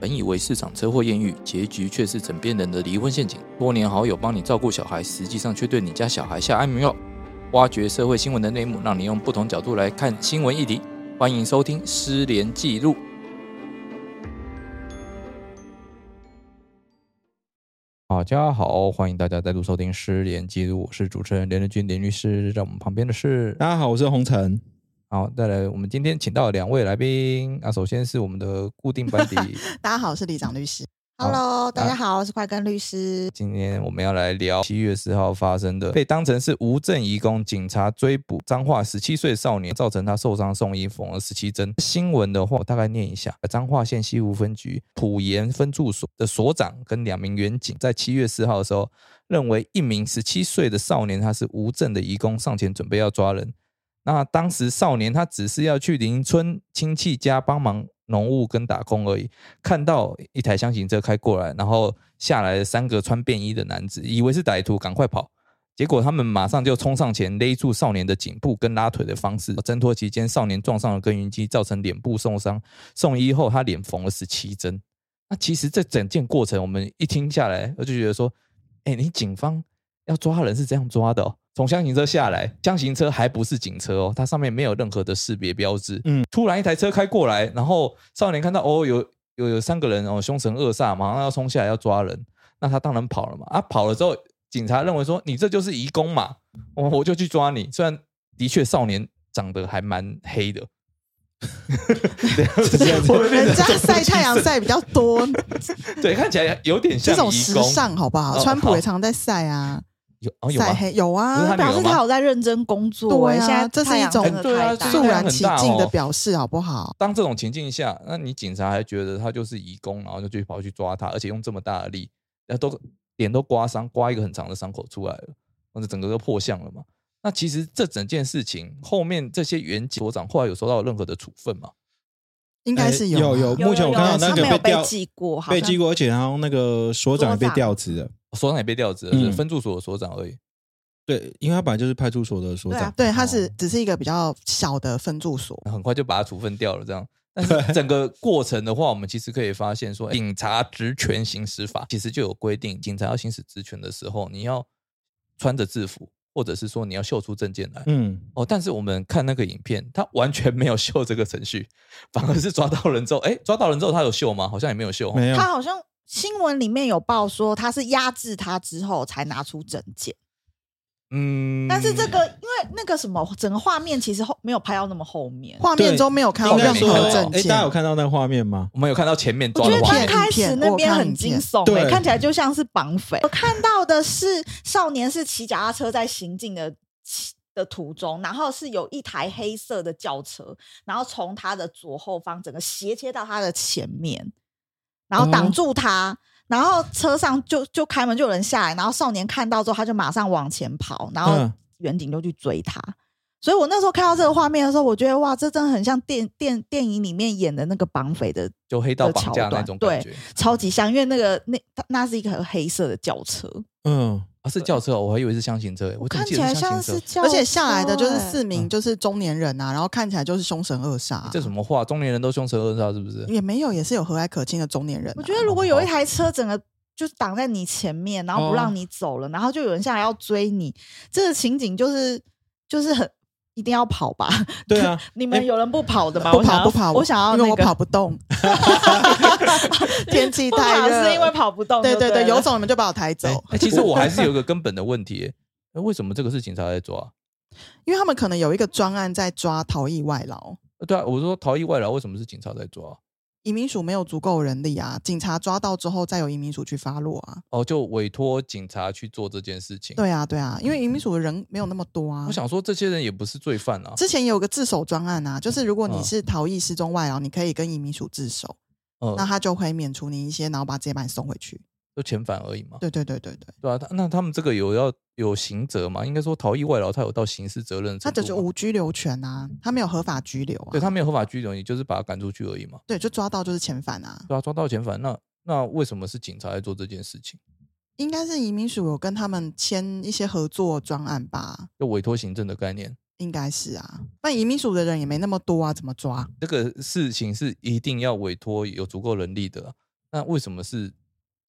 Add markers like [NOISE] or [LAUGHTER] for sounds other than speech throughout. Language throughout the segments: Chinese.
本以为市场车祸艳遇，结局却是枕边人的离婚陷阱。多年好友帮你照顾小孩，实际上却对你家小孩下安眠药。挖掘社会新闻的内幕，让你用不同角度来看新闻议题。欢迎收听《失联记录》。大家好，欢迎大家再度收听《失联记录》，我是主持人连日君连律师，在我们旁边的是大家好，我是洪晨。好，再来，我们今天请到两位来宾啊，首先是我们的固定班底大家好，我是李长律师。好 Hello，大来家好，我是快根律师。今天我们要来聊七月四号发生的被当成是无证移工，警察追捕彰化十七岁少年，造成他受伤送医，缝了十七针。新闻的话，我大概念一下：彰化县西湖分局埔盐分驻所的所长跟两名员警，在七月四号的时候，认为一名十七岁的少年他是无证的移工，上前准备要抓人。那当时少年他只是要去邻村亲戚家帮忙农务跟打工而已，看到一台箱型车开过来，然后下来了三个穿便衣的男子，以为是歹徒，赶快跑。结果他们马上就冲上前勒住少年的颈部跟拉腿的方式，挣脱期间，少年撞上了耕耘机，造成脸部受伤。送医后，他脸缝了十七针。那其实这整件过程，我们一听下来，我就觉得说，哎，你警方要抓人是这样抓的哦。从箱型车下来，箱型车还不是警车哦，它上面没有任何的识别标志。嗯嗯，突然一台车开过来，然后少年看到哦，有有有三个人哦，凶神恶煞，马上要冲下来要抓人。那他当然跑了嘛。啊，跑了之后，警察认为说你这就是移工嘛，我我就去抓你。虽然的确少年长得还蛮黑的， [LAUGHS] 人家哎晒太阳晒比较多， [LAUGHS] 对，看起来有点像这移工。种时尚好不哦好？川普好也常在晒啊，有哦有晒吗？黑有不是他女啊，儿表吗示表示他有在认真工作、对欸。啊现在这是太阳一种真的哎对啊太大这肃是然起太阳很敬大的哦哎表示好不好？当这种情境下，那你警察还觉得他就是移工，然后就去跑去抓他，而且用这么大的力，然后都脸都刮伤，刮一个很长的伤口出来了，或者整个都破相了嘛。那其实这整件事情后面这些原警所长后来有受到任何的处分吗？应该是哎有有啊目前我看到那他个没有被调被记过，好被像记过，而且然后那个所长也被所长调职了。哦所长也被调职了，是嗯分驻所的所长而已。对，因为他本来就是派出所的所啊长。对，啊它是只是一个比较小的分驻所。很快就把他处分掉了。这样，但是整个过程的话，我们其实可以发现说，警察职权行使法其实就有规定，警察要行使职权的时候，你要穿着制服，或者是说你要秀出证件来。嗯，哦，但是我们看那个影片，他完全没有秀这个程序，反而是抓到人之后，哎，抓到人之后他有秀吗？好像也没有秀哦。没有。他好像新闻里面有报说他是压制他之后才拿出证件，嗯，但是这个因为那个什么整个画面其实后没有拍到那么后面，画面中没有看到应该任说，何证哎，大家有件，看到那个画面吗？我们有看到前面我抓觉的得画他面，开始那边很惊悚、欸，对看起来就像是绑匪。我看到的是少年是骑脚踏车在行进的骑的途中，然后是有一台黑色的轿车，然后从他的左后方整个斜切到他的前面，然后哦挡住他。然后车上就就开门就有人下来，然后少年看到之后，他就马上往前跑，然后嗯远景就去追他。所以我那时候看到这个画面的时候，我觉得哇，这真的很像电电电影里面演的那个绑匪的就黑道绑架那种感觉。超级像，因为那个那它那是一个黑色的轿车，嗯，啊，是轿车哦，我还以为是箱型车诶，我怎么看记起得来是箱像型车是。轿车、而且下来的就是欸四名就是中年人啊，然后看起来就是凶神恶煞啊这。什么话？中年人都凶神恶煞是不是？也没有，也是有和蔼可亲的中年人啊。我觉得如果有一台车整个就挡在你前面，然后不让你走了，然后就有人下来要追你，这个情景就是就是很一定要跑吧？ [LAUGHS] 对啊，你们有人不跑的吗？不我想跑要不跑，我想要因为那我个跑不 [LAUGHS] 动， [LAUGHS] 天气不太跑热，是因为跑不动就对对对对，有了种你们就把我抬走，哎、其实我还是有一个根本的问题耶、那为什么这个是警察在抓？因为他们可能有一个专案在抓逃逸外劳，呃对啊，我说逃逸外劳为什么是警察在抓？移民署没有足够人力啊，警察抓到之后再由移民署去发落啊，哦，就委托警察去做这件事情。、对啊对啊，因为移民署的人没有那么多啊嗯我。想说这些人也不是罪犯啊。之前也有个自首专案啊，就是如果你嗯是逃逸失踪外劳，你可以跟移民署自首，呃那，他就会免除你一些，然后把这些把你送回去。就遣返而已嘛。对对对对对，对啊，他那他们这个有要有刑责嘛？应该说逃逸外劳他有到刑事责任他程只度是嘛无拘留权啊，他没有合法拘留啊，对他没有合法拘留，你就是把他赶出去而已嘛。对就抓到就是遣返啊，对啊，抓到遣返，那那为什么是警察在做这件事情？应该是移民署有跟他们签一些合作专案吧，就委托行政的概念，应该是啊。那移民署的人也没那么多啊，怎么抓？这个事情是一定要委托有足够人力的啊、那为什么是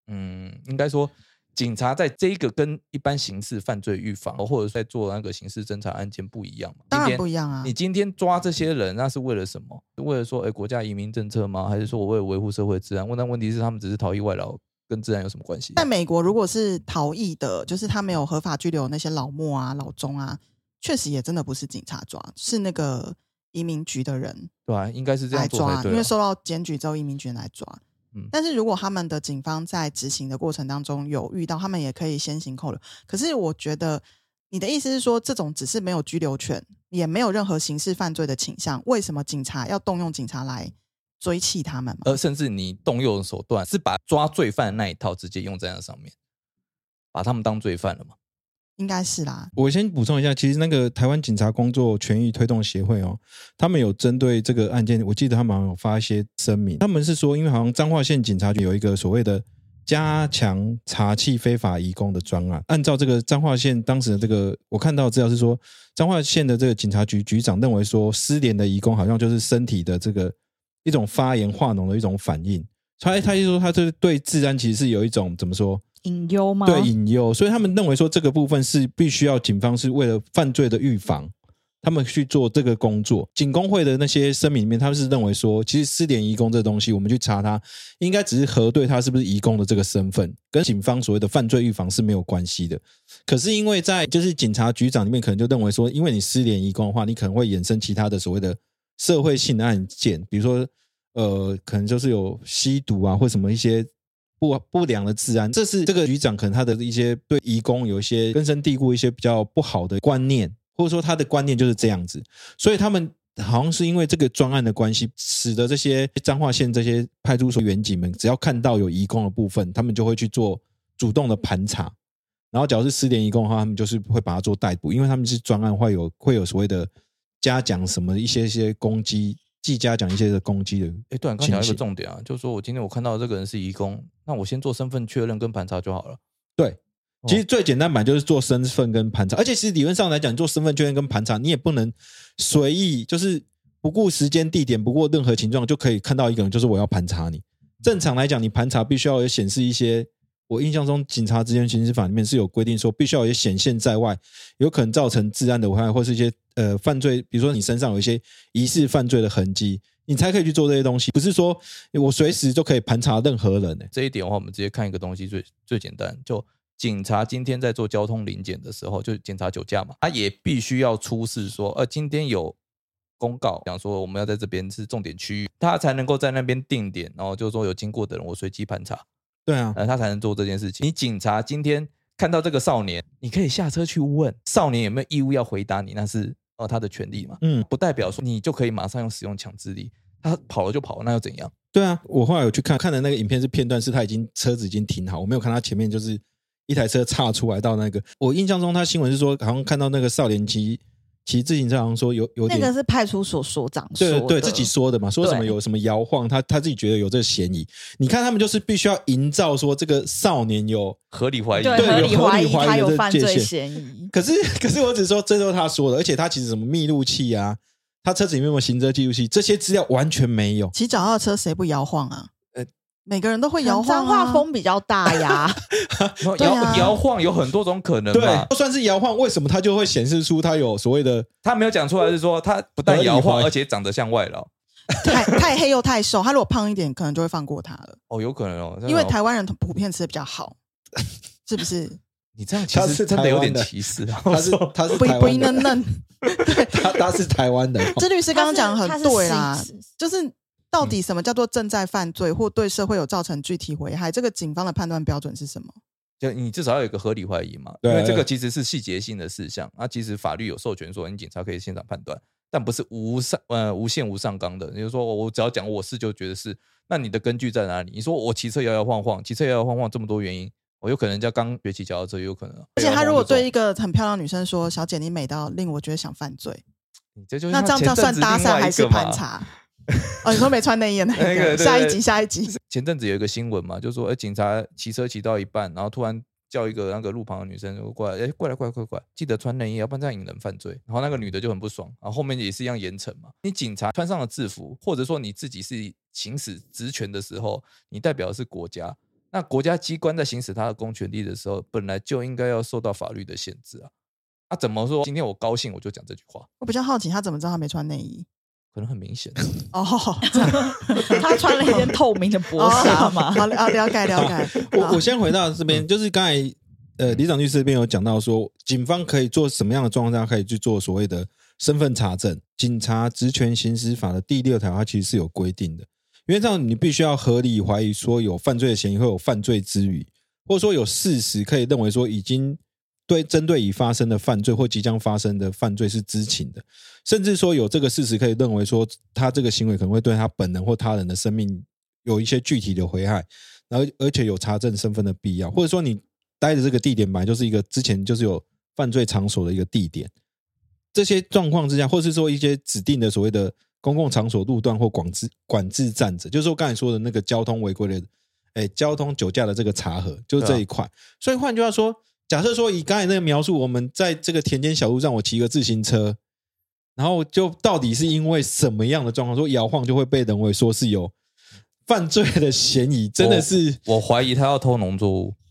嗯，应该说警察在这一个跟一般刑事犯罪预防或者在做那个刑事侦查案件不一样嘛？今当然天不一样啊你。今天抓这些人，那是为了什么？是为了说，哎、国家移民政策吗？还是说我为了维护社会治安？问但问题是，他们只是逃逸外劳，跟治安有什么关系？啊在美国，如果是逃逸的，就是他没有合法拘留的那些老莫啊、老钟啊，确实也真的不是警察抓，是那个移民局的人对啊，应该是这样来做抓才，因对、为啊。受到检举之后，移民局来抓。嗯但是如果他们的警方在执行的过程当中有遇到，他们也可以先行扣留。可是我觉得你的意思是说，这种只是没有拘留权，也没有任何刑事犯罪的倾向，为什么警察要动用警察来追缉他们嘛？而甚至你动用的手段是把抓罪犯的那一套直接用在那上面，把他们当罪犯了嘛？应该是啦，我先补充一下，其实那个台湾警察工作权益推动协会哦，他们有针对这个案件，我记得他们好像有发一些声明，他们是说，因为好像彰化县警察局有一个所谓的加强查缉非法移工的专案，按照这个彰化县当时的这个，我看到资料是说，彰化县的这个警察局局长认为说，失联的移工好像就是身体的这个一种发炎化脓的一种反应，所以他他就说他就是对治安其实是有一种怎么说？隐忧吗？对引诱，所以他们认为说这个部分是必须要警方是为了犯罪的预防，他们去做这个工作。警工会的那些声明里面，他们是认为说，其实失联移工这东西，我们去查他，应该只是核对他是不是移工的这个身份，跟警方所谓的犯罪预防是没有关系的。可是因为在就是警察局长里面，可能就认为说，因为你失联移工的话，你可能会衍生其他的所谓的社会性的案件，比如说呃，可能就是有吸毒啊，或什么一些不不良的治安，这是这个局长可能他的一些对移工有一些根深蒂固一些比较不好的观念，或者说他的观念就是这样子，所以他们。好像是因为这个专案的关系，使得这些彰化县这些派出所员警们，只要看到有移工的部分，他们就会去做主动的盘查。然后，假如是失联移工的话，他们就是会把他做逮捕，因为他们是专案，会有会有所谓的嘉奖什么一些一些攻击，记嘉奖一些的攻击的哎，对啊，你刚讲到一情个形重点啊，就是说我今天我看到这个人是移工，那我先做身份确认跟盘查就好了。对，哦其实最简单版就是做身份跟盘查，而且其实理论上来讲，你做身份确认跟盘查，你也不能随意，就是不顾时间、地点，不顾任何情状就可以看到一个人，就是我要盘查你。正常来讲，你盘查必须要有显示一些。我印象中，警察之间刑事法里面是有规定说，必须要有一些显现在外，有可能造成治安的危害，或是一些呃犯罪，比如说你身上有一些疑似犯罪的痕迹，你才可以去做这些东西。不是说我随时就可以盘查任何人、欸，这一点的话，我们直接看一个东西最最简单，就警察今天在做交通临检的时候，就检查酒驾嘛，他也必须要出示说，呃，今天有公告讲说我们要在这边是重点区域，他才能够在那边定点，然后就是说有经过的人我随机盘查，对啊，呃，他才能做这件事情。你警察今天看到这个少年，你可以下车去问少年有没有义务要回答你，那是呃他的权利嘛，嗯，不代表说你就可以马上用使用强制力，他跑了就跑了，那又怎样？对啊，我后来有去看看的那个影片是片段，是他已经车子已经停好，我没有看他前面就是一台车岔出来到那个。我印象中他新闻是说，好像看到那个少年骑骑自行车，好像说有有那点个是派出所所长说对的，对自己说的嘛，说什么对有什么摇晃，他他自己觉得有这个嫌疑。你看他们就是必须要营造说这个少年有合理怀疑，对对合有理合怀理疑怀疑他的有这犯界罪限嫌疑。可是， [LAUGHS] 可是我只说这都是他说的，而且他其实什么密录器啊，他车子里面有没有行车记录器，这些资料完全没有。骑脚踏车谁不摇晃啊？呃每个人都会摇彰晃、啊。化风比较大呀，然后对摇啊摇晃有很多种可能嘛对，，就算是摇晃，为什么他就会显示出他有所谓的他没有讲出来是说他不但摇合理晃，怀疑而且长得像外劳。太太黑又太瘦，他如果胖一点，可能就会放过他了，哦，有可能哦，真的因为哦台湾人普遍吃的比较好，是不 [LAUGHS] 是？你这样其他实是真的台有湾点的歧视啊。 [LAUGHS] [LAUGHS] 他是我说他是不台不湾一嫩的，嫩，对， [LAUGHS] 他他是台湾 [LAUGHS] 的，这律师刚刚讲得他很是对啦他，是就是到底什么叫做正在犯罪或对社会有造成具体危害，这个警方的判断标准是什么？就你至少要有一个合理怀疑嘛，因对为这个其实是细节性的事项，那其实法律有授权说你警察可以现场判断，但不是无上呃无限无上纲的，你就说我只要讲我是就觉得是，那你的根据在哪里？你说我骑车摇摇晃晃，骑车摇摇晃晃这么多原因，我有可能人家刚学骑脚踏车，也有可能啊。而且他如果对一一个很漂亮女生说：“小姐，你美到令我觉得想犯罪。你这”就那像这前样这样阵算子搭另外讪一还是个嘛盘查？哦，你说没穿内衣的那 [LAUGHS] 那个对个，对下一对集下一集，呃前阵子有一个新闻嘛，就说，哎、警察骑车骑到一半，然后突然叫一个那个路旁的女生过来，哎、过来，过来，过来，过来，记得穿内衣，要啊不然这样引人犯罪。然后那个女的就很不爽，然后后面也是一样严惩嘛。你警察穿上了制服，或者说你自己是行使职权的时候，你代表的是国家，那国家机关在行使他的公权力的时候，本来就应该要受到法律的限制啊。啊，怎么说？今天我高兴，我就讲这句话，我比较好奇他怎么知道他没穿内衣？可能很明显。哦，他穿了一件透明的薄纱嘛，好了，啊了解了解。我好我先回到这边，就是刚才呃李长律师这边有讲到说，警方可以做什么样的状况下可以去做所谓的身份查证？警察职权行使法的第六条，它其实是有规定的，因为这样你必须要合理怀疑说有犯罪的嫌疑，会有犯罪之余，或者说有事实可以认为说已经对针对已发生的犯罪或即将发生的犯罪是知情的，甚至说有这个事实可以认为说他这个行为可能会对他本人或他人的生命有一些具体的危害。而而且有查证身份的必要，或者说你待的这个地点本来就是一个之前就是有犯罪场所的一个地点，这些状况之下，或是说一些指定的所谓的公共场所路段或管制管制站者，就是我刚才说的那个交通违规的，哎，交通酒驾的这个查核，就是这一块。所以换句话说，假设说以刚才那个描述，我们在这个田间小路上，我骑个自行车。然后就到底是因为什么样的状况，说摇晃就会被认为说是有犯罪的嫌疑，真的是、我怀疑他要偷农作物， [LAUGHS]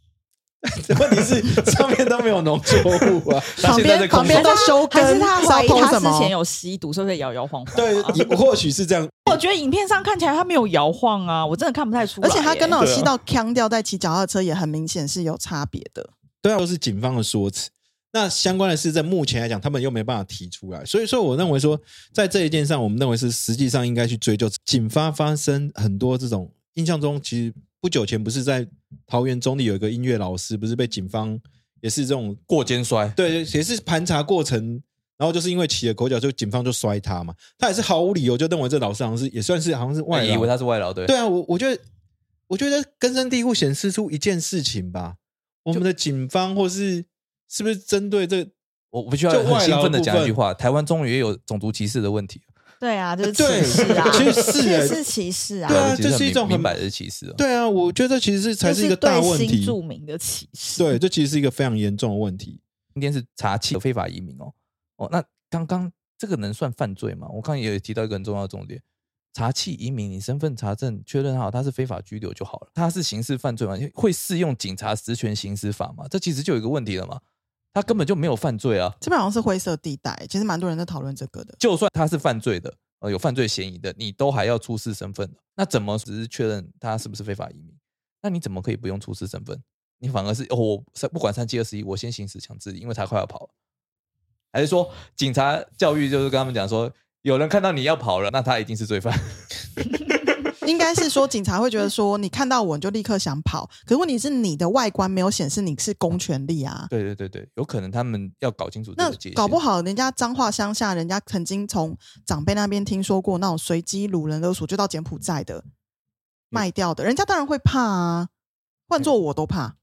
问题是上面都没有农作物啊，他旁现在在边控旁诉边都修还是根，他是怀要疑偷他什之前么？有吸毒，是不是摇摇晃晃？啊对，也或许是这样。我觉得影片上看起来他没有摇晃啊，我真的看不太出来而耶。且他跟那种对啊吸到腔调在骑脚踏车也很明显是有差别的。对啊，都是警方的说辞。那相关的事，在目前来讲，他们又没办法提出来，所以说，我认为说，在这一件上，我们认为是实际上应该去追究警方发生很多这种印象中，其实不久前不是在桃园中立有一个音乐老师，不是被警方也是这种过肩摔，对，也是盘查过程，然后就是因为起了口角，就警方就摔他嘛，他也是毫无理由就认为这老师好像是也算是好像是外哎以劳为他是外劳，对，对啊，我我觉得，我觉得根深蒂固显示出一件事情吧，我们的警方或是是不是针对这我我必须要就很外兴劳奋的部讲一句分话：台湾终于也有种族歧视的问题，对啊，就是对歧视啊，其实是耶是歧视啊，对啊其实这很是一明种很明摆的歧视啊。对啊，我觉得其实是才这是一个大问对新题，住民的歧视。对，这其实是一个非常严重的问题。今天是查缉非法移民哦。哦，那刚刚这个能算犯罪吗？我刚刚也有提到一个很重要的重点，查缉移民，你身份查证确认好他是非法拘留就好了。他是刑事犯罪吗？会适用警察职权行使法吗？这其实就有一个问题了嘛，他根本就没有犯罪啊。这边好像是灰色地带，其实蛮多人在讨论这个的。就算他是犯罪的，呃，有犯罪嫌疑的，你都还要出示身份的。那怎么只是确认他是不是非法移民？那你怎么可以不用出示身份？你反而是哦，我三不管三七二十一，我先行使强制力，因为他快要跑了。还是说警察教育就是跟他们讲说，有人看到你要跑了，那他一定是罪犯。 [LAUGHS] 应该是说警察会觉得说你看到我你就立刻想跑，可是问题是你的外观没有显示你是公权力啊。对对对对，有可能他们要搞清楚这那个界限。搞不好人家彰化乡下，人家曾经从长辈那边听说过那种随机掳人勒索，就到柬埔寨的卖掉的，人家当然会怕啊。换做我都怕，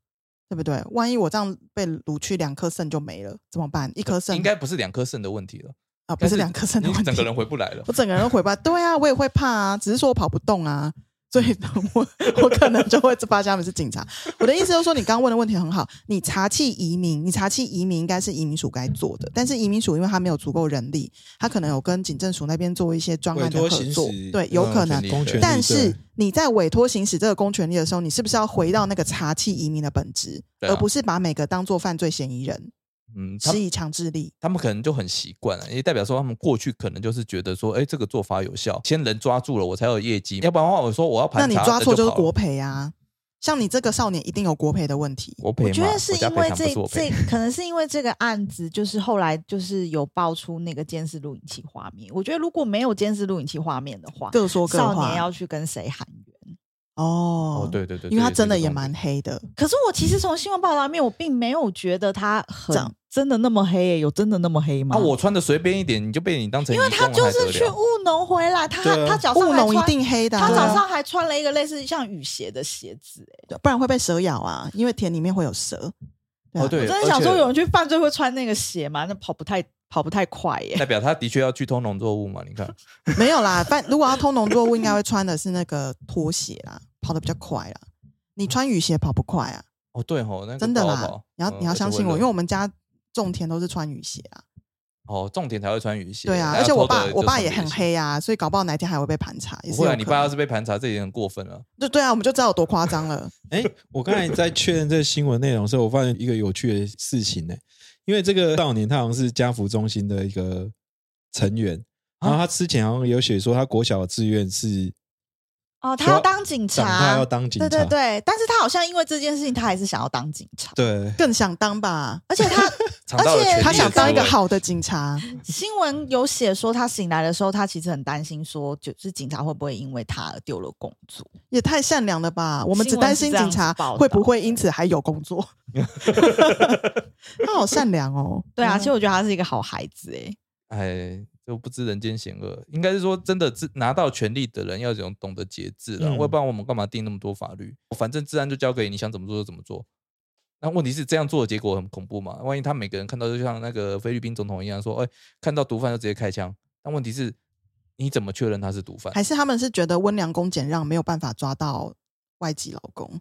对不对？万一我这样被掳去，两颗肾就没了，怎么办？一颗肾应该不是两颗肾的问题了，啊，不是两颗肾的你问题，整个人回不来了。我整个人回吧，对啊，我也会怕啊，只是说我跑不动啊，所以我我可能就会发现他们是警察。我的意思就是说，你刚刚问的问题很好，你查缉移民，你查缉移民应该是移民署该做的，但是移民署因为他没有足够人力，他可能有跟警政署那边做一些专案的合作，对，有可能嗯。呃公权力但对是你在委托行使这个公权力的时候，你是不是要回到那个查缉移民的本质，对啊而不是把每个当做犯罪嫌疑人，嗯，他施以强制力？他们可能就很习惯了，也代表说他们过去可能就是觉得说，哎，这个做法有效，先人抓住了我才有业绩，要不然的话我说我要盘那查，你抓错那就就是跑了国赔啊。像你这个少年一定有国赔的问题，国赔吗，我觉得是国家因赔为偿不这是我这赔，可能是因为这个案子，就是后来就是有爆出那个监视录影器画面。我觉得如果没有监视录影器画面的话，各说各少话。年要去跟谁喊冤？哦哦，，对对对，因为他对真的也，这蛮黑的。可是我其实从新闻报道里面，我并没有觉得他很长真的那么黑、耶，有真的那么黑个吗？东西啊，我穿的随便一点，你就被你当成因为他移工就了还是得去了务农回来，他对啊他脚上务还农一穿。定黑的啊、他对啊，早上还穿了一个类似像雨鞋的鞋子、哎，不然会被蛇咬啊，因为田里面会有蛇。啊哦，对，我真而的想说，且有人去犯罪会穿那个鞋吗？那跑不太跑不太快耶、代表他的确要去偷农作物嘛，你看，没有啦，但如果要偷农作物，应该会穿的是那个拖鞋啦，跑得比较快啦。你穿雨鞋跑不快啊？哦，对吼，那个真的包啦包。你要嗯你要而且相会信我，冷因为我们家种田都是穿雨鞋啊。哦，重点才会穿雨鞋。对啊，大家而且我脱的爸就我爸穿也雨很鞋。黑啊，所以搞不好哪一天还会被盘查。也不是会啊，有你可爸要能是被盘查，这已经很过分了。就对啊，我们就知道有多夸张了。哎，我刚才在确认这个新闻内容的时候，我发现一个有趣的事情呢、因为这个少年他好像是家福中心的一个成员，然后他之前好像有写说他国小的志愿是哦，他说要当警长大察，要当警察，对对对，但是他好像因为这件事情，他还是想要当警察。对更想当吧，而且他尝到了而且权力他的想滋当一个味好的警察。新闻有写说，他醒来的时候，他其实很担心，说就是警察会不会因为他而丢了工作。也太善良了吧！我们只新闻担是心这样警子察报会不道会的因此还有工 [LAUGHS] 作。他好善良哦，对嗯啊，其实我觉得他是一个好孩子、欸，哎，就不知人间险恶。应该是说，真的是拿到权力的人要有懂得节制了，嗯要、不然我们干嘛定那么多法律？反正治安就交给你，想怎么做就怎么做。那问题是这样做的结果很恐怖嘛？万一他每个人看到就像那个菲律宾总统一样说，哎，看到毒贩就直接开枪。但问题是，你怎么确认他是毒贩？还是他们是觉得温良恭俭让没有办法抓到外籍劳工，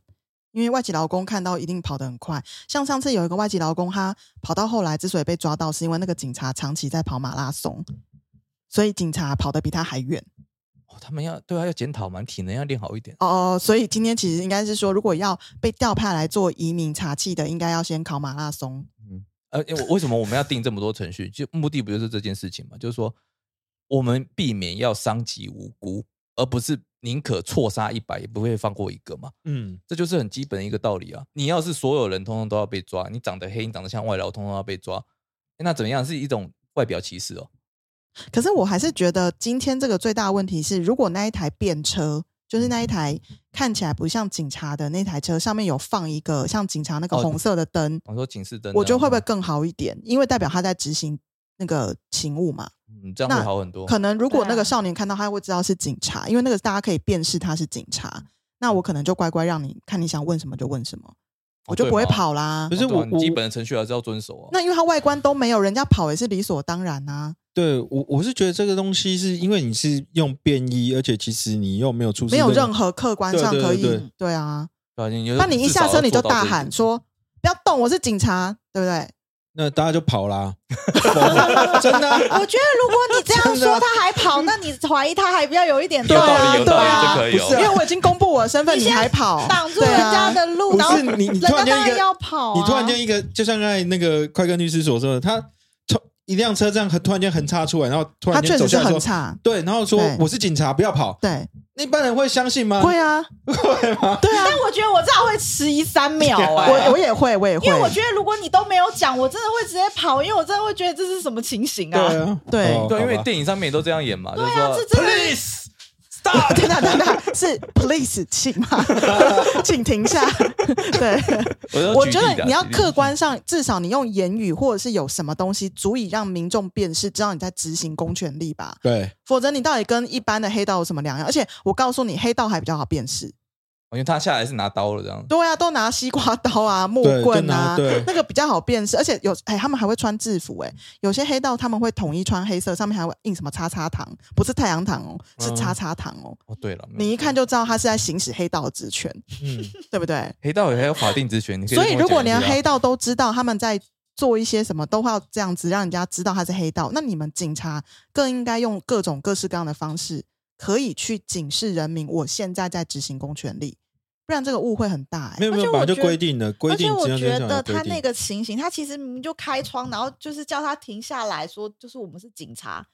因为外籍劳工看到一定跑得很快。像上次有一个外籍劳工，他跑到后来之所以被抓到，是因为那个警察长期在跑马拉松，所以警察跑得比他还远。哦他们要对啊，要检讨嘛，体能要练好一点。哦，所以今天其实应该是说，如果要被调派来做移民查气的，应该要先考马拉松。呃，因为为什么我们要定这么多程序？就目的不就是这件事情嘛？就是说，我们避免要伤及无辜，而不是宁可错杀一百，也不会放过一个嘛。嗯，这就是很基本的一个道理啊！你要是所有人通通都要被抓，你长得黑，你长得像外劳，通通要被抓，诶那怎么样？是一种外表歧视哦。可是我还是觉得今天这个最大的问题是，如果那一台便车，就是那一台看起来不像警察的那台车，上面有放一个像警察那个哦红色的灯，我说警示灯啊，我觉得会不会更好一点？因为代表他在执行那个勤务嘛。嗯这样会那好很多？可能如果那对个啊少年看到，他会知道是警察，因为那个大家可以辨识他是警察。那我可能就乖乖让你看你想问什么就问什么，我就不会跑啦可。哦对嘛。是对啊我你我基本的程序还是要遵守啊。那因为他外观都没有，人家跑也是理所当然啊，对我我是觉得这个东西是因为你是用便衣，而且其实你又没有出示没有任何任何客观上对对可以对对对啊。那你那你一下车你就大喊喊，说：“不要动，我是警察，对不对那大家就跑啦，真的啊、 [LAUGHS] 哎，我觉得如果你这样真的说啊他还跑，那你怀疑他还不要有一点有道道理理有对道啊理就可以不是哦对。啊。因为我已经公布我的身份，你你现在还跑，挡住对人啊家的路，不然后是你，你人突家然间当一然要个，跑、啊，你突然间一个，就像刚才那个快跟律师所说的，他从一辆车这样很突然间横插出来，然后突他然间确走实是下来很说，差，对，然后说对我是警察，不要跑。对，一般人会相信吗？会啊，对啊，但我觉得我至少会迟疑三 [LAUGHS] 秒、哎，我我也会，我也会，因为我觉得如果你都没有讲，我真的会直接跑，因为我真的会觉得这是什么情形对啊？啊，对哦对，因为好吧电影上面也都这样演嘛，啊就是这说真的 please [LAUGHS] stop， [LAUGHS] 等等等等，是 please 请 [LAUGHS] 吗？请停下。对，我觉啊得你要客观上，至少你用言语或者是有什么东西足以让民众辨识，知道你在执行公权力吧。对，否则你到底跟一般的黑道有什么两样？而且我告诉你，黑道还比较好辨识。我哦觉得他下来是拿刀了这样。对啊，都拿西瓜刀 [LAUGHS] 啊、木对棍啊就拿对，那个比较好辨识。而且有哎，他们还会穿制服哎、有些黑道他们会统一穿黑色，上面还会印什么叉叉糖，不是太阳糖哦，是嗯叉叉糖哦。哦，对了，没有你一看就知道他是在行使黑道的职权，嗯， [LAUGHS] 对不对？黑道也还有法定职权，你可所以跟我如果讲一连下黑道都知道他们在做一些什么，都要这样子让人家知道他是黑道，那你们警察更应该用各种各式各样的方式，可以去警示人民，我现在在执行公权力，不然这个误会很大、欸。没有而没且有，我本来就觉得规定的，规而且定我只要觉这样得的规他定那个情形，他其实明明就开窗，然后就是叫他停下来说，就是我们是警察，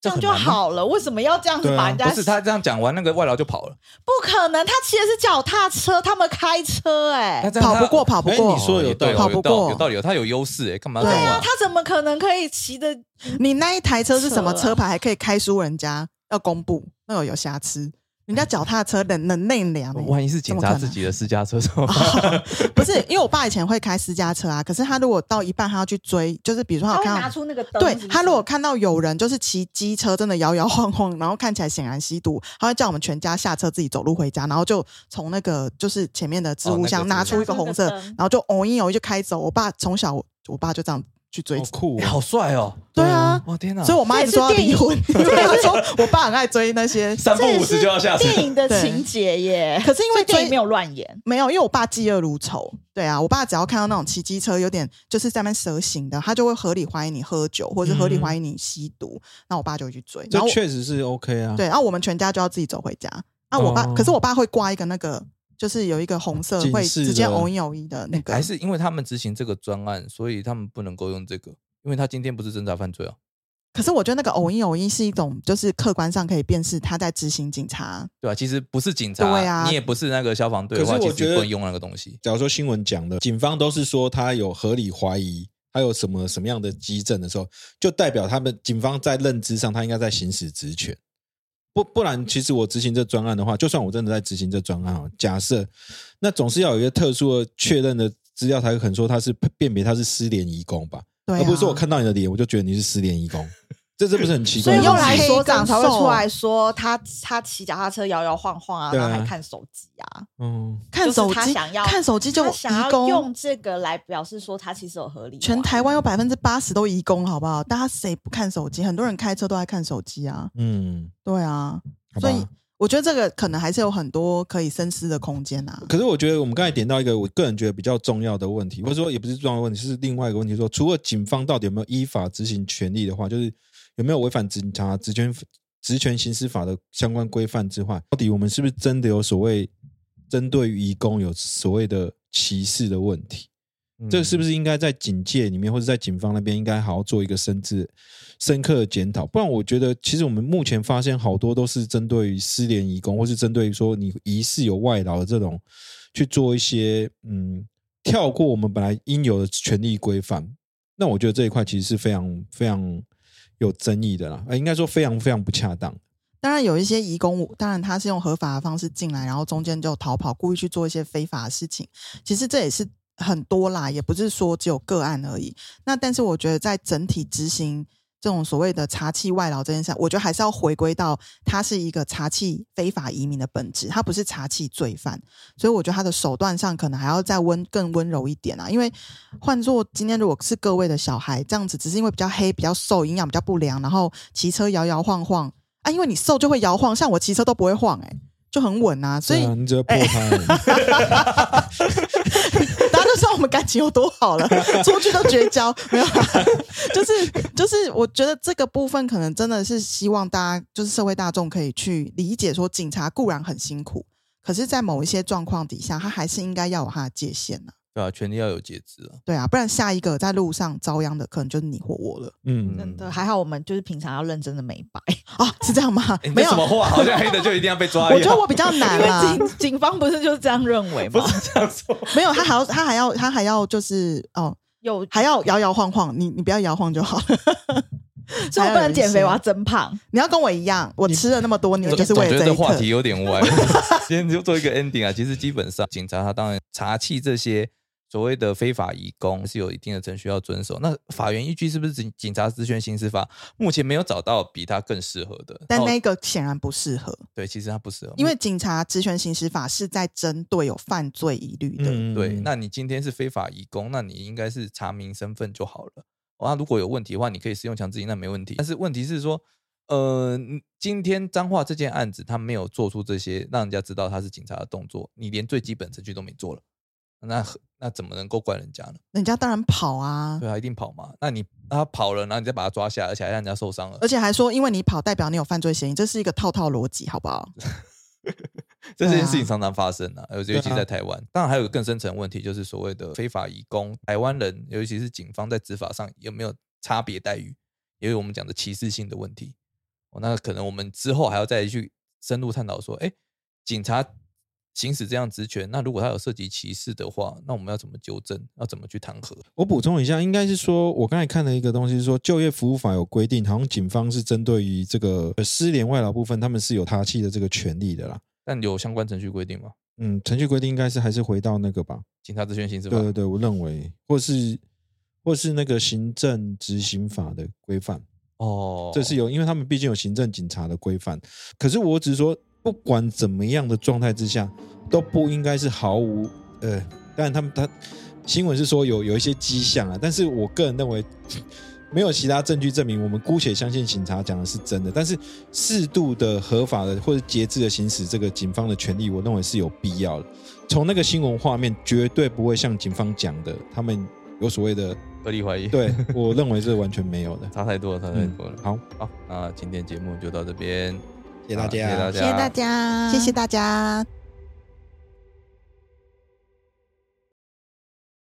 这样很就难吗好了。为什么要这样子对啊把人家？不是他这样讲完，那个外劳就跑了，不可能，他骑的是脚踏车，他们开车、那哎，这样跑他不过，跑不哎过。你说有道对理哦，跑有不道过有道理哦，他有优势哎，干嘛这对啊样那玩？啊他怎么可能可以骑的？你那一台车是什么扯啊车牌，还可以开输人家？要公布，那个有瑕疵。人家脚踏车能能内 [LAUGHS] 量、欸，万一是警察自己的私家车怎么办？ [LAUGHS] 不是，因为我爸以前会开私家车啊，可是他如果到一半他要去追，就是比如说他他有会看拿到。出那个灯，对是不是他如果看到有人就是骑机车真的摇摇晃晃，然后看起来显然吸毒，他会叫我们全家下车自己走路回家，然后就从那个就是前面的置哦那物个箱拿置物出一个箱红色，拿出那个灯然后就哦一哦一就开走。我爸从小我爸就这样去追好。酷、哎哦，好帅哦！对啊，我天哪！所以我妈一直说要这也离是 [LAUGHS] 婚，因为她说我爸很爱追那 [LAUGHS] 些，三这不也五是时就要下水，电影的对情节耶。可是因为这电影追没有乱演，没有，因为我爸嫉恶如仇。对啊，我爸只要看到那种骑机车有点就是在那边蛇行的，他就会合理怀疑你喝酒，或者是合理怀疑你吸毒，那我爸嗯就会去追。然这后我确实是 OK 啊。对，然后我们全家就要自己走回家。啊，我爸，哦可是我爸会挂一个那个，就是有一个红色警会示直接的哎偶一偶一的那个，还是因为他们执行这个专案，所以他们不能够用这个，因为他今天不是侦查犯罪啊。可是我觉得那个偶一偶一是一种，就是客观上可以辨识他在执行警察。对吧、其实不是警察，对啊你也不是那个消防队的话，可是其我实觉得不能用那个东西。假如说新闻讲的，警方都是说他有合理怀疑，他有什么什么样的基证的时候，就代表他们警方在认知上，他应该在行使职权。不不然，其实我执行这专案的话，就算我真的在执行这专案哦，假设那总是要有一个特殊的确认的资料，才肯说他是辨别他是失联移工吧，对、啊，而不是说我看到你的脸，我就觉得你是失联移工，这这不是很奇所怪以吗？又后来来黑所长跟才会瘦出来说他他骑脚踏车摇摇晃晃啊，对然啊后还看手机啊，嗯，看就是手他机，想要看手机就他想移要工用，这个来表示说他其实有合理。全台湾有百分之八十都移工，好不好？大家谁不看手机？很多人开车都在看手机啊，嗯，对啊，好吧所以我觉得这个可能还是有很多可以深思的空间啊。可是我觉得我们刚才点到一个我个人觉得比较重要的问题，或者说也不是重要的问题，是另外一个问题说除了警方到底有没有依法执行权利的话，就是有没有违反警察职权职权刑事法的相关规范之外，到底我们是不是真的有所谓针对于移工有所谓的歧视的问题？这个是不是？是应该在警界里面，或者在警方那边，应该好好做一个深知、深刻的检讨？不然，我觉得其实我们目前发现好多都是针对于失联移工，或是针对于说你疑似有外劳的这种，去做一些嗯跳过我们本来应有的权利规范。那我觉得这一块其实是非常非常有争议的啦，呃，应该说非常非常不恰当。当然有一些移工，当然他是用合法的方式进来，然后中间就逃跑，故意去做一些非法的事情。其实这也是很多啦，也不是说只有个案而已。那但是我觉得在整体执行这种所谓的查气外劳这件事，我觉得还是要回归到它是一个查气非法移民的本质，它不是查气罪犯。所以我觉得他的手段上可能还要再温更温柔一点啊。因为换做今天如果是各位的小孩这样子，只是因为比较黑、比较瘦、营养比较不良，然后骑车摇摇晃晃啊，因为你瘦就会摇晃，像我骑车都不会晃、欸，就很稳啊。所以对啊、你只会破他而已。大家都知道我们感情有多好了， [LAUGHS] 出去都绝交，没有啦，就是就是，我觉得这个部分可能真的是希望大家就是社会大众可以去理解，说警察固然很辛苦，可是，在某一些状况底下，他还是应该要有他的界限呐、对啊，权力要有节制啊。对啊，不然下一个在路上遭殃的可能就是你或我了 [LAUGHS] 嗯，真的还好，我们就是平常要认真的美白，啊，是这样吗？哎你这没有啊什，么话，好像黑的就一定要被抓一我觉样 [LAUGHS] 得。我比较难 [LAUGHS] 因为啦，警警方不是就是这样认为吗？啊这样说，没有，他还要他还要他还要就是哦，有，还 [LAUGHS] 要摇摇晃晃，你你不要摇晃就好了。 [LAUGHS] 所以我不还要能减有一些肥，我要增胖。你要跟我一样，我吃了那么多年，就是我为了觉得这这一话刻。题有点 [LAUGHS] 歪。 [LAUGHS] 今天就做一个 ending 啊。其实基本上，警察他当然查气这些所谓的非法移工是有一定的程序要遵守。那法源依据是不是警警察职权刑事法？目前没有找到比他更适合的。但那那我个显然不适合，对，其实他不适合，因为警察职权行使法是在针对有犯罪疑虑的。嗯对，那你今天是非法移工，那你应该是查明身份就好了。哦，那如果有问题的话，你可以使用强制令，那没问题。但是问题是说，呃，你今天彰化这件案子，他没有做出这些让人家知道他是警察的动作，你连最基本程序都没做了，那何那怎么能够怪人家呢？人家当然跑啊，对啊，一定跑嘛。那你那他跑了，然后你再把他抓下来，而且还让人家受伤了而，且还说因为你跑代表你有犯罪嫌疑，这是一个套套逻辑，好不好？这对件啊事情常常发生啊，尤尤其在台湾。当然还有个更深层的问题，就是所谓的非法移工，台湾人尤其是警方在执法上有没有差别待遇，也有我们讲的歧视性的问题。哦，那可能我们之后还要再去深入探讨说，哎，警察行使这样职权，那如果他有涉及歧视的话，那我们要怎么纠正？要怎么去弹劾？我补充一下，应该是说，我刚才看了一个东西是说就业服务法有规定，好像警方是针对于这个呃失联外劳部分，他们是有他气的这个权利的啦。但有相关程序规定吗？嗯，程序规定应该是还是回到那个吧？警察职权行使法对对对，我认为，或是或是那个行政执行法的规范，哦，这是有，因为他们毕竟有行政警察的规范。可是我只是说，不管怎么样的状态之下，都不应该是毫无呃，但他们他新闻是说有有一些迹象啊，但是我个人认为没有其他证据证明，我们姑且相信警察讲的是真的。但是适度的合法的或者节制的行使这个警方的权利，我认为是有必要的。从那个新闻画面，绝对不会像警方讲的，他们有所谓的， [LAUGHS] 合理怀疑，，对我认为是完全没有的。差太多了，差 [LAUGHS] 太嗯多了。，好，好，那今天节目就到这边，谢谢大好家，啊谢谢大家，谢谢大家，谢谢大家，